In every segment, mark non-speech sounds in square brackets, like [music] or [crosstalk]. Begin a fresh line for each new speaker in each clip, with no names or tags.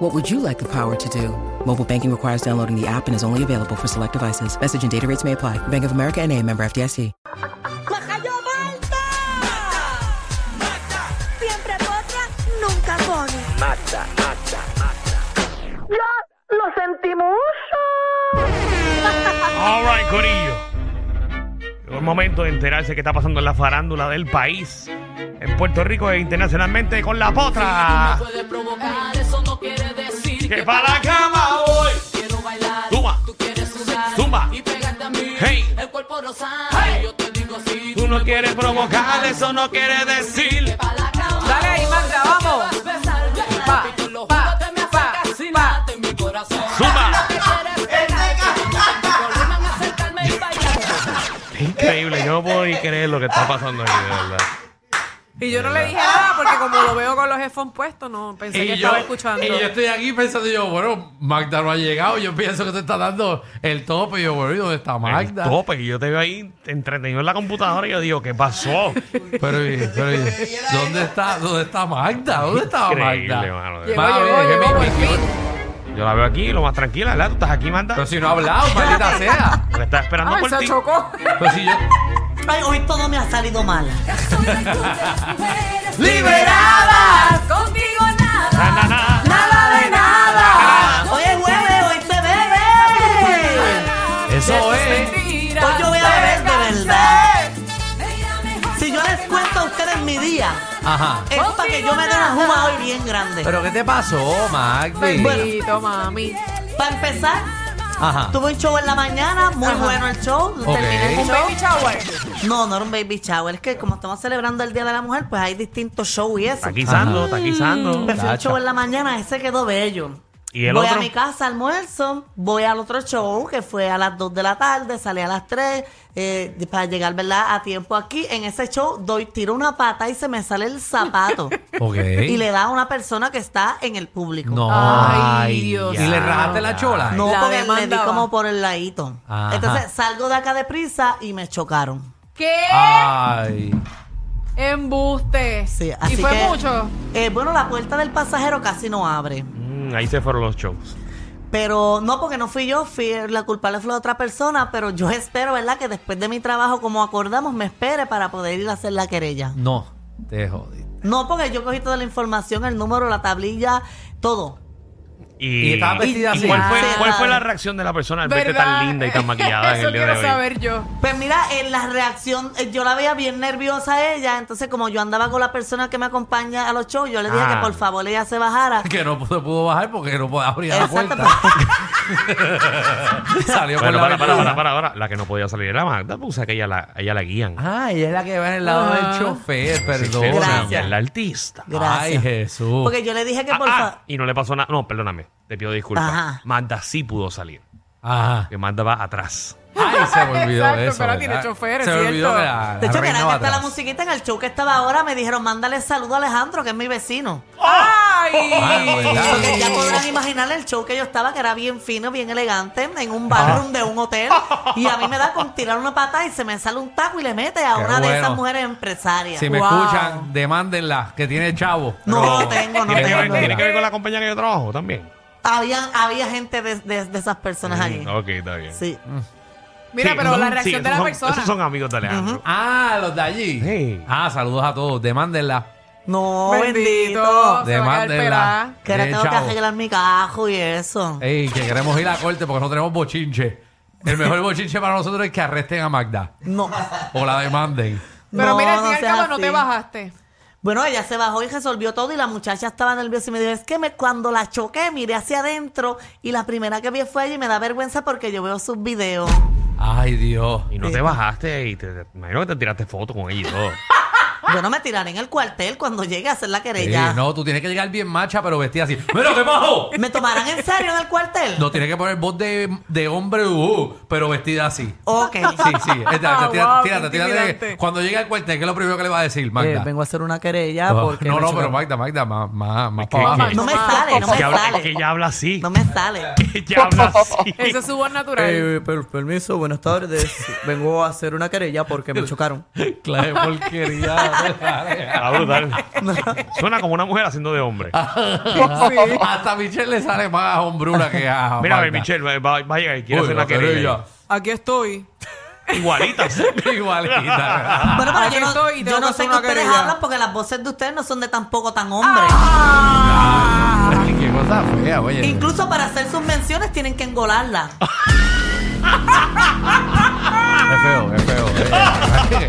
What would you like the power to do? Mobile banking requires downloading the app and is only available for select devices. Message and data rates may apply. Bank of America and a member FDIC.
¡Majayo Malta! Siempre potra, nunca pone. ¡Ya lo sentimos!
All right, Corillo. Llegó el momento de enterarse qué está pasando en la farándula del país, en Puerto Rico e internacionalmente con la potra.
puede provocar. Eso no quiere decir
Que para la cama voy.
quiero bailar.
Zumba,
Tú quieres sudar
Zumba.
y pegarte a mí.
Hey.
El cuerpo rosado.
Hey.
Yo te digo sí.
tú no quieres provocar, eso no quiere decir.
Para la cama.
Dale ahí, Magda, vamos.
Vas a besar, ya sabes que yo lo
pa,
juro, te me
pa,
acercas sin
pa.
nada en mi corazón.
Zumba.
Tú no quieres pegarte, vuelvan a acercarme y bailar.
Increíble, yo no puedo ni creer lo que está pasando aquí, de verdad.
Y yo no le dije nada porque como lo veo con los headphones puestos, no pensé que estaba escuchando.
y yo estoy aquí pensando, yo, bueno, Magda no ha llegado. Yo pienso que te está dando el tope. Y yo, bueno, ¿y dónde está
El
Magda?
tope, que yo te veo ahí entretenido en la computadora y yo digo, ¿qué pasó?
Pero, y- pero, y- ¿dónde está, ¿dónde está Magda? ¿Dónde está
Increíble,
Magda?
mano, de
Llegó,
Va a
llegó,
ver, que
llegó,
me-
por fin.
Yo la veo aquí, lo más tranquila, ¿verdad? Tú estás aquí, manda.
Pero si no ha hablado, maldita sea.
Me estás
Ah,
esperando
Ay,
por
se
ti.
chocó.
Pero si yo...
Ay, hoy todo me ha salido mal.
[laughs] ¡Liberada! Contigo nada.
Na, na, na.
Nada de nada.
Hoy es jueves, hoy se bebe.
Eso es...
Mentira.
Pues
Hoy yo voy a beber de verdad. Si yo les cuento a ustedes mi día,
Ajá.
es para que yo me dé una juba hoy bien grande.
¿Pero qué te pasó, Magda?
Bendito, mami.
Para empezar,
Ajá.
tuve un show en la mañana, muy
Ajá.
bueno el show.
Ah. Ok.
Terminé el
Un
show.
baby shower.
No, no era un baby shower. Es que como estamos celebrando el Día de la Mujer, pues hay distintos shows y eso.
Está guisando, está guisando.
Me fui a un
Tacha.
show en la mañana, ese quedó bello.
¿Y el
voy
otro?
a mi casa, almuerzo, voy al otro show que fue a las 2 de la tarde, salí a las 3 eh, para llegar, ¿verdad? A tiempo aquí. En ese show doy, tiro una pata y se me sale el zapato.
[laughs]
Ok.
Y le da a una persona que está en el público.
No.
Ay,
ay,
Dios
¿Y le
mío.
rajaste la chola?
No,
La
porque le di
demandaba.
como por el ladito.
Ajá.
Entonces salgo de acá deprisa y me chocaron.
¿Qué?
Ah.
Ay.
Embuste.
Sí,
y
así
fue
que,
mucho.
eh, bueno, la puerta del pasajero casi no abre.
Mm, ahí se fueron los shows.
Pero no, porque no fui yo, fui la culpable fue otra persona, pero yo espero, ¿verdad? Que después de mi trabajo, como acordamos, me espere para poder ir a hacer la querella.
No, te jodí.
No, porque yo cogí toda la información, el número, la tablilla, todo.
Y,
Y estaba vestida
¿y
así.
¿cuál, fue,
Sí,
cuál fue
claro.
la reacción de la persona al verte tan linda y tan maquillada en
Eso
el día de
quiero
hoy?
saber yo.
Pues mira, en la reacción, eh, yo la veía bien nerviosa a ella, entonces como yo andaba con la persona que me acompaña a los shows, yo le dije
Ah.
que por favor ella se bajara.
Que no se pudo bajar porque no podía abrir la
Exacto.
puerta. [laughs] Salió por
Bueno,
la
para, para, para,
ventana.
para, para. La que no podía salir era Magda, pues, o sea que ella la, ella la guían.
Ah, ella es la que va en el lado
Ah.
del chofer,
Sí, sí,
perdón.
sí,
Gracias.
es La artista.
Gracias.
Ay, Jesús.
Porque yo le dije que
Ah,
por favor...
ah, y no le pasó nada. No, perdóname. Te pido disculpas.
Ajá.
Magda sí pudo salir.
Ajá.
Que Magda va atrás.
Ay, se me olvidó
Exacto, pero
eso. ¿verdad?
tiene chofer, es
Se me olvidó
cierto.
que la,
De hecho, que
reina
era
va
que está la
atrás.
musiquita en el show que estaba ahora, me dijeron, mándale saludo a Alejandro, que es mi vecino.
Ah,
¡Ay!
¿verdad?
[laughs]
Porque ya podrán imaginar el show que yo estaba, que era bien fino, bien elegante, en un barroom de un hotel. Y a mí me da con tirar una pata y se me sale un taco y le mete a
Qué
una de
bueno.
esas mujeres empresarias.
Si me
Wow.
escuchan, demándenla, que tiene chavo.
No,
Pero-
no tengo, no
tiene, que ver,
tengo.
tiene que ver con la compañía que yo trabajo también.
Habían- había gente de, de- de esas personas allí.
Mm, ok, Mm. está bien.
Sí.
Mira,
Sí,
pero
esos
la
son-
reacción
sí,
de la
esos son-
persona.
Esos son amigos de Alejandro.
Ah, los de allí.
Sí.
Ah, saludos a todos. Demándenla.
No,
Bendito. Se
bendito.
va a quedar
Demándenla.
pelada.
Que
Tiene
ahora tengo que
chavo.
arreglar mi cajo y
Eh.
eso.
Ey, que queremos ir a corte porque no tenemos bochinche. El mejor bochinche para nosotros es que arresten a Magda
No.
o la demanden.
Pero
No,
mira, al fin y
no
al
seas
cabo no te
así.
bajaste.
Bueno, ella se bajó y resolvió todo y la muchacha estaba nerviosa y me dijo, es que me, cuando la choqué miré hacia adentro y la primera que vi fue ella y me da vergüenza porque yo veo sus videos.
Ay, Dios.
Y no te bajaste y te, te- imagino que te tiraste fotos con ella y todo.
Yo no me tiraré en el cuartel cuando llegue a hacer la
Sí,
querella.
no, tú tienes que llegar bien macha, pero vestida así. ¡Mira qué majo!
¿Me tomarán en serio en el cuartel?
No tienes que poner voz de, de hombre, uh, pero vestida así.
Ok.
Sí,
[laughs]
sí. Esta- esta-
Wow,
tírate,
qué
tírate, tírate.
intimidante.
Cuando llegue al cuartel, ¿qué es lo primero que le va a decir, Magda?
Eh, vengo a hacer una querella
Oh,
porque...
no,
me
no,
chocaron.
pero Magda, Magda, más, más, más
¿Qué-
para abajo.
qué-
No me sale, no
Es
me
que, habla, es
sale.
que ella habla así.
No me sale.
[laughs] Ella habla así.
Esa es su voz natural.
Eh, per- permiso, buenas tardes. Vengo a hacer una querella porque me chocaron.
Clase de
[laughs]
porquería.
Está brutal. Suena como una mujer haciendo de hombre.
Ah,
pues,
Hasta a Michelle le sale más hombruna que a
Mira, a ver,
Magda.
Michelle, va, va- va a llegar y quiere
Uy,
hacer la querella.
Aquí estoy.
Igualitas.
Igualita.
Bueno, pero
Aquí
yo no,
estoy y tengo
yo no
que
sé
hacer
qué
una
ustedes
querella. Ah.
hablan porque las voces de ustedes no son de tampoco tan hombres.
Ay, qué cosa fea, oye.
Incluso para hacer sus menciones tienen que engolarla.
Es feo, es feo. [laughs] eh.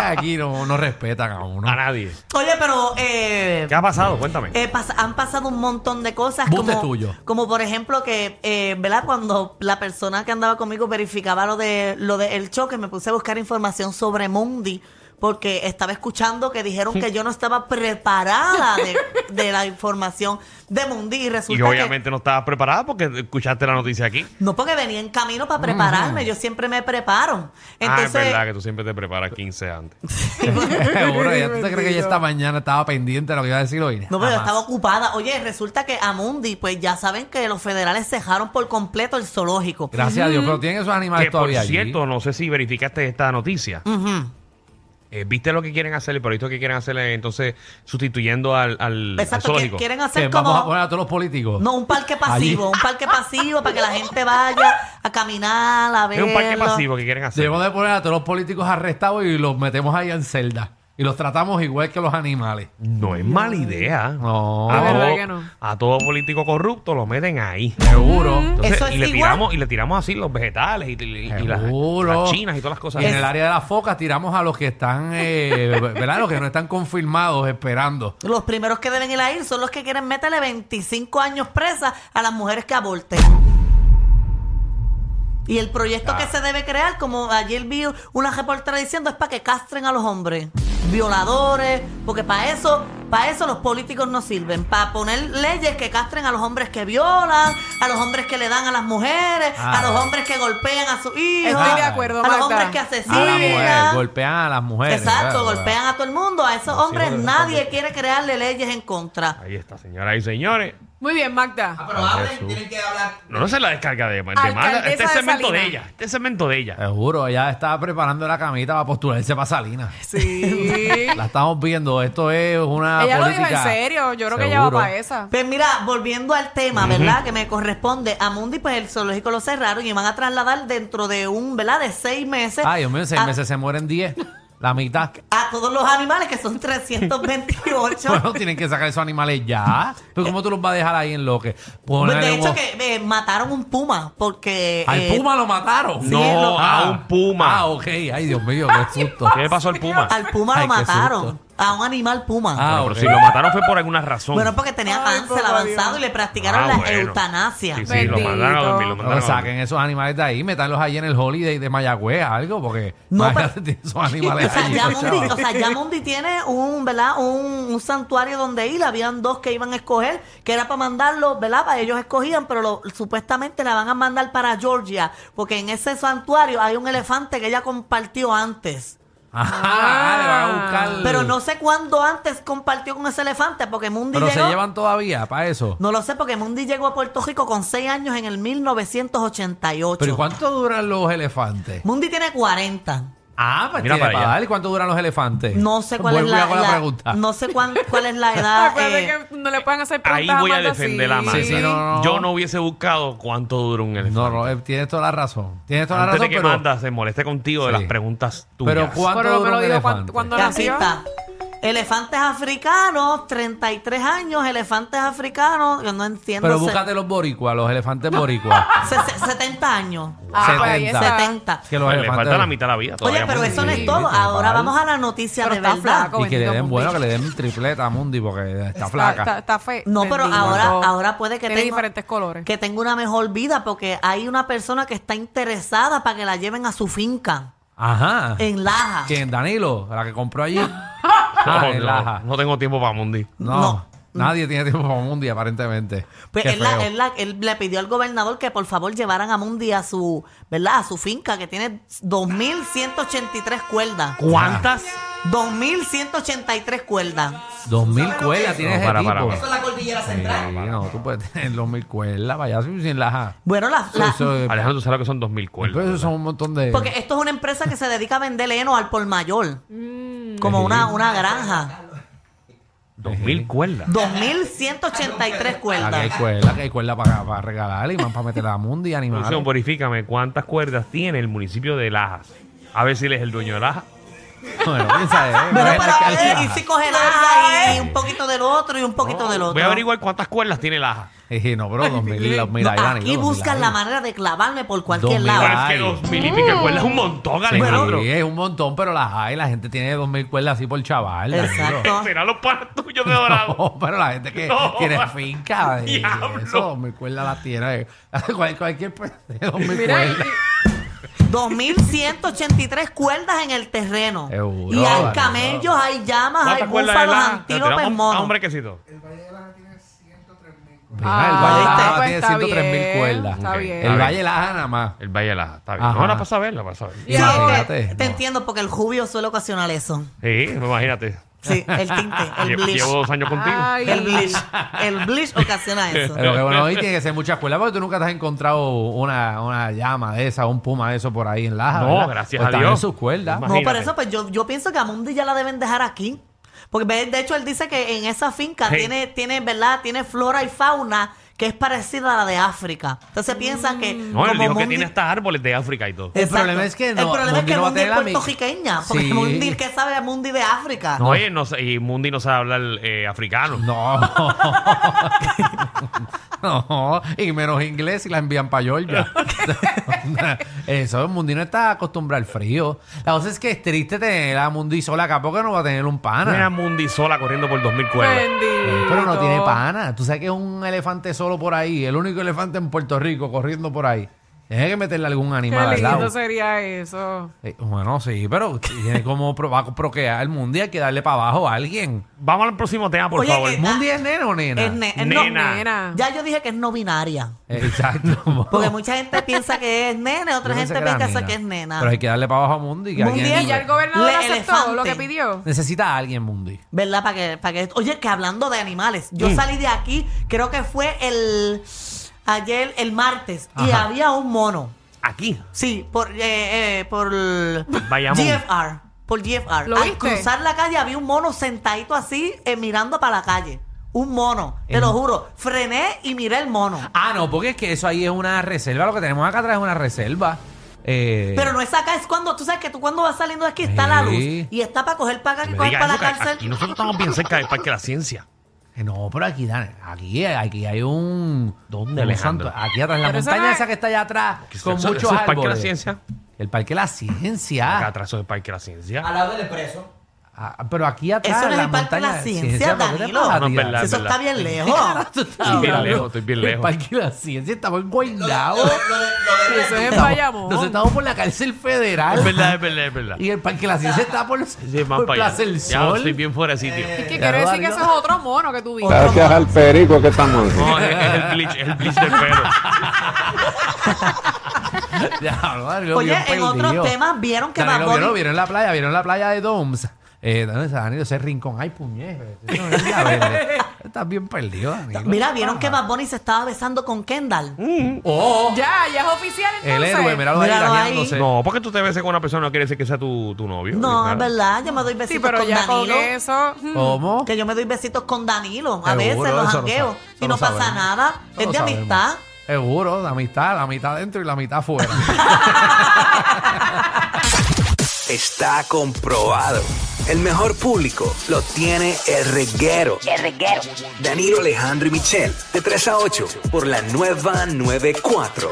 Aquí no, [laughs] no respetan a uno.
A nadie.
Oye, pero eh,
¿Qué ha pasado? Cuéntame.
eh, pas- han pasado un montón de cosas.
Buste
Como,
tuyo.
como por ejemplo que, eh, ¿verdad? Cuando la persona que andaba conmigo verificaba lo de lo del choque, me puse a buscar información sobre Mundi. Porque estaba escuchando que dijeron que yo no estaba preparada
[laughs]
de, de la información de Mundi. Y resulta
Y
que
obviamente no estabas preparada porque escuchaste la noticia aquí. Ah,
No, porque venía en camino para prepararme. Yo siempre me preparo.
ah, es
Entonces,
verdad que tú siempre te preparas 15 antes.
[laughs] Seguro, ¿ya tú te crees que yo esta mañana estaba pendiente de lo que iba a decir hoy?
no, pero yo
Jamás.
estaba ocupada. Oye, resulta que Amundi, pues ya saben que los federales cejaron por completo el zoológico.
Gracias a Dios, pero tienen esos animales
que por
todavía Ah, allí.
cierto, no sé si verificaste esta noticia. Eh, ¿Viste lo que quieren hacer? El proyecto que quieren hacer eh, entonces sustituyendo al, al, al
Exacto, que
zoológico.
quieren
Que
hacer
vamos a
como...
poner a todos los políticos.
No, un parque pasivo,
Allí.
un parque pasivo para que la gente vaya a caminar, a ver.
Es un parque pasivo que quieren hacer.
Debemos de poner a todos los políticos arrestados y los metemos ahí en celda. Y los tratamos igual que los animales.
No es mala idea.
No.
A
Es verdad
todo-
que no.
A todo político corrupto lo meten ahí.
Seguro.
Entonces,
Eso es
y le
igual.
tiramos y le tiramos así los vegetales y, y- y las,
Seguro.
las chinas y todas las cosas.
Y en el área de las focas tiramos a los que están, eh, [laughs] ¿verdad? Los que no están confirmados esperando.
Los primeros que deben ir a ir son los que quieren meterle 25 años presa a las mujeres que aborten. Y el proyecto
Ah.
que se debe crear, como ayer vi una reportera diciendo, es para que castren a los hombres, violadores, porque para eso, para eso los políticos no sirven, para poner leyes que castren a los hombres que violan, a los hombres que le dan a las mujeres,
Ah.
a los hombres que golpean a sus hijos,
Estoy de acuerdo,
a los
Magda.
hombres que
A la
A la mujer,
asesinan.
golpean a las mujeres.
Exacto,
¿verdad?
golpean a todo el mundo. A esos hombres nadie quiere crearle leyes en contra.
Ahí está, señoras y señores.
Ah. Muy bien,
Ah,
Magda.
Pero hablen, tienen que hablar.
No, no se la descarga de, de
Alcaldesa
Magda. Este
de
es segmento de,
Salinas.
ella. Este es segmento de ella.
Seguro, ella estaba preparando la camita para postularse para Salinas. [laughs]
Sí.
La estamos viendo, esto es una
ella lo dijo
política.
en serio. Yo creo que ella va
Seguro.
para esa.
Pues mira, volviendo al tema, ¿verdad? Que me corresponde a Mundi, pues el zoológico lo cerraron y van a trasladar dentro de un, ¿verdad? De seis meses
Ay, Dios mío, en seis
a,
meses se mueren 10. La mitad.
a todos los animales, que son
[laughs]
328.
Bueno, tienen que sacar esos animales ya. Pero ¿cómo tú los vas a dejar ahí en lo que?
Pues, de
Ponerle
hecho,
un-
que eh, mataron un puma porque...
Al
eh,
puma lo mataron.
No, lo- a un puma.
Ah, ok. Ay, Dios mío, qué susto.
¿Qué le pasó al Puma?
Al puma
Ay,
lo
qué
mataron.
susto.
A un animal puma.
Bueno,
Ah, ok.
pero si lo mataron fue por alguna razón.
Bueno, porque tenía
Ay,
cáncer
papá
avanzado
Dios.
y le practicaron
Ah,
la
bueno.
eutanasia.
Sí, sí, lo
Bendito.
mandaron a dormir, lo
No,
mandaron a dormir.
saquen esos animales de ahí, metanlos ahí en el holiday de Mayagüez, algo, porque
No,
imagínate,
pero-
tiene [laughs] esos animales
O [laughs] sea,
ahí,
ya
chaval.
Mundi,
[laughs]
o sea, ya Mundi tiene un, ¿verdad? Un, un santuario donde ir. Habían dos que iban a escoger, que era para mandarlo, ¿verdad? Para ellos escogían, pero lo- supuestamente la van a mandar para Georgia, porque en ese santuario hay un elefante que ella compartió antes.
Ajá, Ah, le van a buscar.
Ah, Pero no sé cuándo antes compartió con ese elefante, porque Mundi
Mm. Pero se
llegó.
llevan todavía para eso.
No lo sé, porque Mundi llegó a Puerto Rico con seis años en el 1988.
Pero ¿y cuánto duran los elefantes?
Mundi tiene 40.
Ah, pues
Mira
tiene
para
para
allá.
dar. ¿Y cuánto duran los elefantes?
No sé cuál
Vuelvo
es la,
y hago la,
la-
pregunta.
No sé cuán- cuál
[laughs]
es la edad.
Acuérdate
eh,
que no le pueden hacer
Ahí
preguntas
voy a
Magda
defender la
así.
mano.
Sí, sí, no, no.
Yo no hubiese buscado cuánto dura un elefante.
No, no, eh, tienes toda la razón. Tienes toda
Antes de
la razón,
que
pero
Magda se moleste contigo de
Sí.
las preguntas tuyas.
pero cuánto
Pero me
dura
lo
un
digo,
elefante?
¿cuánto- cuándo
Aquí
nació?
está. Elefantes africanos, 33 años, elefantes africanos, yo no entiendo.
Pero
se-
búscate los boricuas, los elefantes
[laughs]
boricuas.
se- se- 70 años.
Ah, pues ahí
70.
está.
70.
que los
Pues le
elefantes-
falta la mitad de la vida
Oye,
todavía.
pero
Mundi.
eso no es
sí,
todo.
sí,
Ahora
vale.
vamos a la noticia
Pero
de
está
verdad.
flaco.
Y que le
Bendito
den, bueno, que
Mundi.
le den tripleta a Mundi porque está, flaca.
Está, está fe.
No, pero
bendito.
ahora, ahora puede que
Tiene
tenga-
diferentes colores.
que tenga una mejor vida porque hay una persona que está interesada para que la lleven a su finca
Ajá.
en Laja.
¿Quién? Danilo, la que compró allí. [laughs] Ah,
No,
el
no,
aja.
no tengo tiempo para Mundi.
No.
No.
Nadie tiene tiempo para Mundi, aparentemente.
Pues
Qué
él, la-
feo.
él la- él le pidió al gobernador que por favor llevaran a Mundi a su, ¿verdad? A su finca que tiene 2.183 cuerdas.
¿Cuántas?
2.183 cuerdas.
2000 cuelas tiene
No,
ese
para,
tipo.
para,
Eso es la cordillera central.
Sí, no, tú puedes tener 2000 cuelas, vaya, sin sin laja.
Bueno, la-
Eso-
la-
eso es-
Alejandro, tú sabes que son 2.000
pero
cuerdas.
eso son un montón de.
porque esto es una empresa que se dedica a vender heno al por mayor. Como
Sí.
una, una granja.
Eh,
2.000 cuerdas.
2.183
Aquí hay
cuerdas.
cuerdas, que hay cuerdas para, para regalar y más para meter a Mundi y animar.
Producción, verifícame cuántas cuerdas tiene el municipio de Lajas. A ver si él es el dueño de Lajas.
Bueno, piensa, eh,
[laughs] Bueno,
imagínate
pero
que
a
hay
ver,
laja.
y si coge la y un poquito del otro y un poquito del otro.
Voy a averiguar cuántas cuerdas tiene Lajas.
Dije, no, bro, 2000 los
No,
mira,
aquí buscan la manera de clavarme por cualquier
2000
lado.
Pero es que
Ay.
2.000 y
Mm.
pico de cuerdas es un montón, Alejandro.
Sí, es un montón, pero las hay. La gente tiene 2000 cuerdas así por chaval. Danilo.
Exacto.
Será los panas tuyos de dorado.
No, pero la gente que
No.
tiene finca, de
Diablo.
eso, 2000 cuerdas las tiene. [laughs] Cual- cualquier pendejo, 2000
Mira,
cuerdas.
2183 cuerdas en el terreno.
Seguro,
y hay
vale.
camellos, hay llamas, hay
¿Cuántas cuerdas de
búfalos,
Lajas? Te tiramos
antílopes,
a un
monos.
brequecito.
Mira,
Ah,
el Valle de Laja
pues
tiene
está
103
bien,
mil cuerdas.
está
Ok.
bien.
El Valle de Laja nada más.
El Valle de Lajas. Está bien.
Ajá.
No, la pasa a ver, la pasa a ver.
Sí,
Ya.
es que
Fíjate,
te
no.
entiendo porque el jubio suele ocasionar eso.
Sí, imagínate.
Sí, el
[laughs]
tinte, el
Llevo,
bleach.
pues, llevo dos años contigo.
Ay.
El bleach. El bleach ocasiona eso.
Pero que bueno, hoy tiene que ser muchas cuerdas porque tú nunca te has encontrado una, una llama de esa, un puma de eso por ahí en Laja.
No,
¿verdad?
gracias
Pues
a
están
Dios.
en sus cuerdas.
Es más,
No,
Imagínate.
por eso, pues yo, yo pienso que a Mundi ya la deben dejar aquí. Porque ve, de hecho él dice que en esa finca
Sí.
tiene, tiene, ¿verdad? Tiene flora y fauna que es parecida a la de África. Entonces piensan que.
No, él
como
dijo que
Mundi-
tiene hasta árboles de África y todo.
El
Exacto.
problema es que no,
El problema es
Mundi
que
no va a
Mundi es
tener la mi-
puertorriqueña. Porque
Sí.
Mundi, ¿qué sabe Mundi de África?
No.
Oye, no sé, y Mundi no sabe hablar eh, africano.
No. [laughs] no. Y menos inglés y la envían para
[laughs]
Georgia. Eso, el Mundi no está acostumbrado al frío. La cosa es que es triste tener a Mundi sola acá porque no va a tener un pana. Eh,
Mira a Mundi sola corriendo por 2000 cuerdas.
Bendito.
Pero no tiene pana. Tú sabes que es un elefante solo por ahí, el único elefante en Puerto Rico corriendo por ahí. Tiene que meterle algún animal
Qué
al lado.
lindo sería eso.
Eh, Bueno, sí, pero tiene como pro- va a proquear el mundi, hay que darle para abajo a alguien.
Vamos al próximo tema, por
Oye, eh,
favor.
que-
¿Mundi es nena o nena?
Es ne- es no-
Nena.
Nena.
ya yo dije que es no binaria.
Exacto.
Porque mucha gente piensa que
[laughs]
es nene, otra
Oh. Yo pensé
gente
era
piensa
nena.
que es nena.
Pero hay que darle para abajo a Mundi. Que
Mundi
alguien-
Y ya el gobernador
Le
aceptó
elefante.
lo que pidió.
Necesita a alguien, Mundi.
¿Verdad? Para que, para que. Oye, que hablando de animales, yo
Mm.
salí de aquí, creo que fue el. Ayer, el martes, y
Ajá.
había un mono.
Aquí.
Sí, por. Eh, eh, por.
Bayamón.
GFR. Por GFR.
¿Lo
Al
viste?
cruzar la calle había un mono sentadito así, eh, mirando para la calle. Un mono, te
El-
lo juro. Frené y miré el mono.
Ah, no, porque es que eso ahí es una reserva. Lo que tenemos acá atrás es una reserva. Eh,
Pero no es acá, es cuando. Tú sabes que tú cuando vas saliendo de aquí está la luz.
Sí.
Y está para coger para acá,
Me
que coger
diga
para la
eso, que
cárcel.
aquí nosotros estamos bien cerca del Parque de la Ciencia.
Eh, No, pero aquí, Dan, aquí, aquí hay un...
¿Dónde,
un
Alejandro?
santo- Aquí atrás, en la
Pero eso
montaña
no es-
esa que está allá atrás,
Eso-
con
eso-
muchos
eso es
árboles.
Parque de la Ciencia.
El Parque de la
Ah.
Ciencia.
Acá atrás del Parque de la Ciencia.
Al lado del expreso.
Ah, pero aquí atrás,
Eso no es
en la
el Parque de la
montaña
Ciencia,
¿por qué te
Danilo.
pasa,
No, es
tía?
verdad,
Si
es
eso
verdad.
está bien
[laughs]
lejos.
Tú estás
Estoy bien
hablando.
lejos, estoy bien
El
lejos.
Parque de la Ciencia
Lo
estaba
de- lo
enguaindado.
de- lo de- lo de-
Eso es en
Estamos-
Bayamón.
Nosotros estamos por la cárcel federal.
Es verdad, es verdad, es verdad.
Y el Parque de la Ciencia está por, los,
Sí, más
por
para allá.
Plaza del
Ya
Sol.
estoy bien fuera de sitio.
Eh.
Es que
Ya,
quiero decir que
Danilo.
ese es otro mono que tú viste.
Gracias al perico que estamos.
No, es, es el bleach, es el bleach del pelo.
[laughs] Ya, Danilo,
Oye,
bien
en otros
perdido.
temas vieron que
Danilo,
Bad Bunny-
vieron, vieron la playa, vieron la playa de Doms. Eh, ¿Dónde está Danilo? Ese rincón. Ay, puñeje. Eso no es la verde. Estás bien perdido, Danilo.
Mira, ¿vieron que Bad Bunny se estaba besando con Kendall?
Oh,
Ya, ya es oficial entonces.
el héroe, míralo ahí,
Míralo ahí.
lajeándose.
No, porque tú te ves con una persona no quiere decir que sea tu, tu novio.
No,
Nada.
es verdad, yo me doy
Sí,
besitos
pero
con
ya con
Danilo.
eso. mm,
¿Cómo?
Que yo me doy besitos con Danilo, a
Seguro,
veces en los
eso lo
jangueos.
sabe- eso lo
Y no pasa
sabemos.
nada,
Eso
es
lo
de
sabemos.
amistad.
Seguro, la mitad, la mitad dentro y la mitad fuera.
Está comprobado. El mejor público lo tiene el reguero. El reguero. Danilo Alejandro y Michel, de 3 a 8, por la nueva 94.